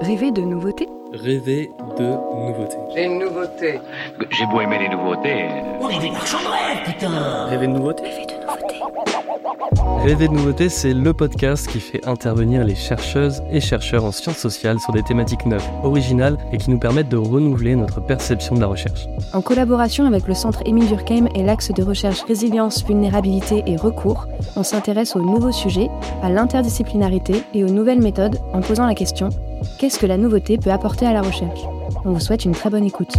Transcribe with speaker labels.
Speaker 1: Rêver de nouveautés
Speaker 2: Rêver de nouveautés.
Speaker 3: Des nouveautés.
Speaker 4: J'ai beau aimer les nouveautés.
Speaker 5: On est des marchands de rêve, putain
Speaker 2: Rêver de nouveautés
Speaker 1: Rêver de nouveautés
Speaker 2: Rêver de nouveautés, c'est le podcast qui fait intervenir les chercheuses et chercheurs en sciences sociales sur des thématiques neuves, originales et qui nous permettent de renouveler notre perception de la recherche.
Speaker 1: En collaboration avec le centre Émile Durkheim et l'axe de recherche Résilience, Vulnérabilité et Recours, on s'intéresse aux nouveaux sujets, à l'interdisciplinarité et aux nouvelles méthodes en posant la question Qu'est-ce que la nouveauté peut apporter à la recherche On vous souhaite une très bonne écoute.